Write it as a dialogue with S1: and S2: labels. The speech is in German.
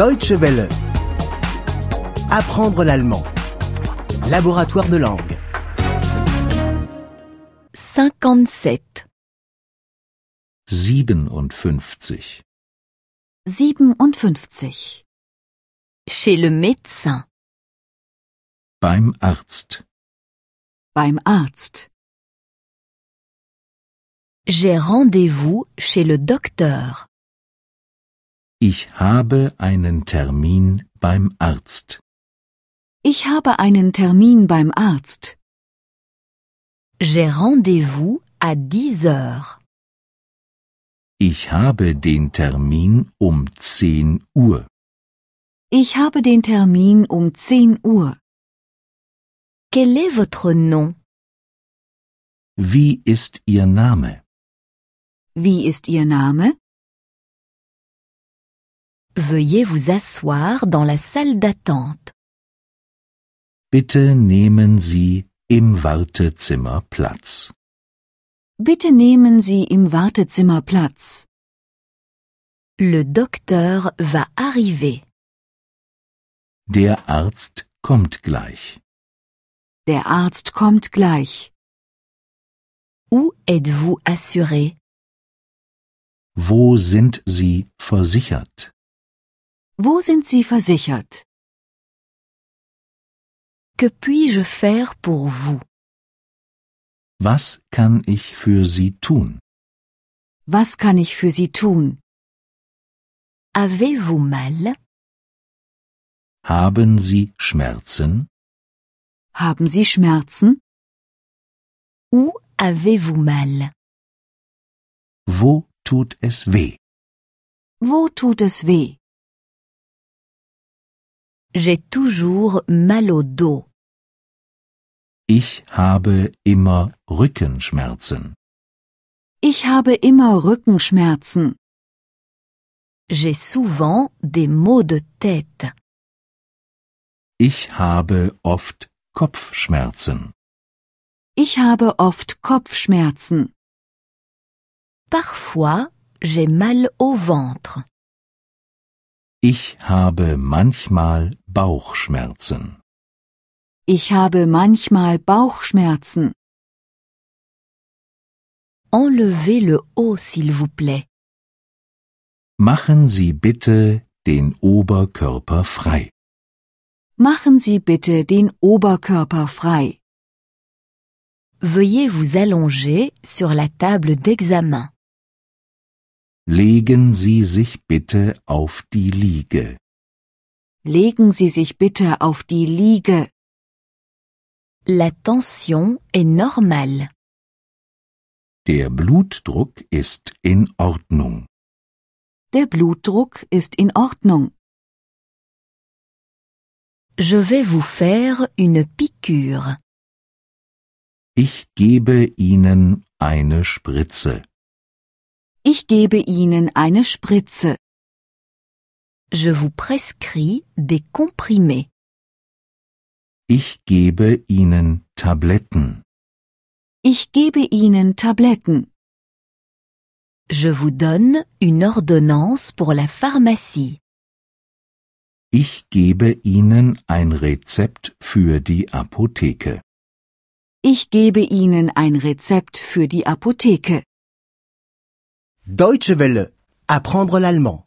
S1: Deutsche Welle. Apprendre l'allemand. Laboratoire de langue.
S2: 57.
S3: 57.
S2: 57. Chez le médecin.
S3: Beim Arzt.
S4: Beim Arzt.
S2: J'ai rendez-vous chez le docteur.
S3: Ich habe einen Termin beim Arzt.
S4: Ich habe einen Termin beim Arzt.
S2: J'ai rendez-vous à 10 heures.
S3: Ich habe den Termin um 10 Uhr.
S4: Ich habe den Termin um 10 Uhr.
S2: Quel est votre nom
S3: Wie ist Ihr Name?
S4: Wie ist Ihr Name?
S2: Veuillez vous asseoir dans la salle d'attente.
S3: Bitte nehmen Sie im Wartezimmer Platz.
S4: Bitte nehmen Sie im Wartezimmer Platz.
S2: Le docteur va arriver.
S3: Der Arzt kommt gleich.
S4: Der Arzt kommt gleich.
S2: Où êtes-vous assuré
S3: Wo sind Sie versichert?
S4: Wo sind Sie versichert?
S2: Que puis-je faire pour vous
S3: Was kann ich für Sie tun?
S4: Was kann ich für Sie tun?
S2: Avez-vous mal
S3: Haben Sie Schmerzen?
S4: Haben Sie Schmerzen?
S2: Où avez-vous mal
S3: Wo tut es weh?
S4: Wo tut es weh?
S2: J'ai toujours mal au dos.
S3: Ich habe immer Rückenschmerzen.
S4: Ich habe immer Rückenschmerzen.
S2: J'ai souvent des maux de tête.
S3: Ich habe oft Kopfschmerzen.
S4: Ich habe oft Kopfschmerzen.
S2: Parfois, j'ai mal au ventre.
S3: Ich habe manchmal Bauchschmerzen.
S4: Ich habe manchmal Bauchschmerzen.
S2: Enlevez le haut, s'il vous plaît.
S3: Machen Sie bitte den Oberkörper frei.
S4: Machen Sie bitte den Oberkörper frei.
S2: Veuillez vous allonger sur la table d'examen.
S3: Legen Sie sich bitte auf die Liege.
S4: Legen Sie sich bitte auf die Liege.
S2: La tension est normale.
S3: Der Blutdruck ist in Ordnung.
S4: Der Blutdruck ist in Ordnung.
S2: Je vais vous faire une piqûre.
S3: Ich gebe Ihnen eine Spritze.
S4: Ich gebe Ihnen eine Spritze.
S2: Je vous prescris des comprimés.
S3: Ich gebe Ihnen Tabletten.
S4: Ich gebe Ihnen Tabletten.
S2: Je vous donne une ordonnance pour la pharmacie.
S3: Ich gebe Ihnen ein Rezept für die Apotheke.
S4: Ich gebe Ihnen ein Rezept für die Apotheke.
S1: Deutsche Welle. Apprendre l'allemand.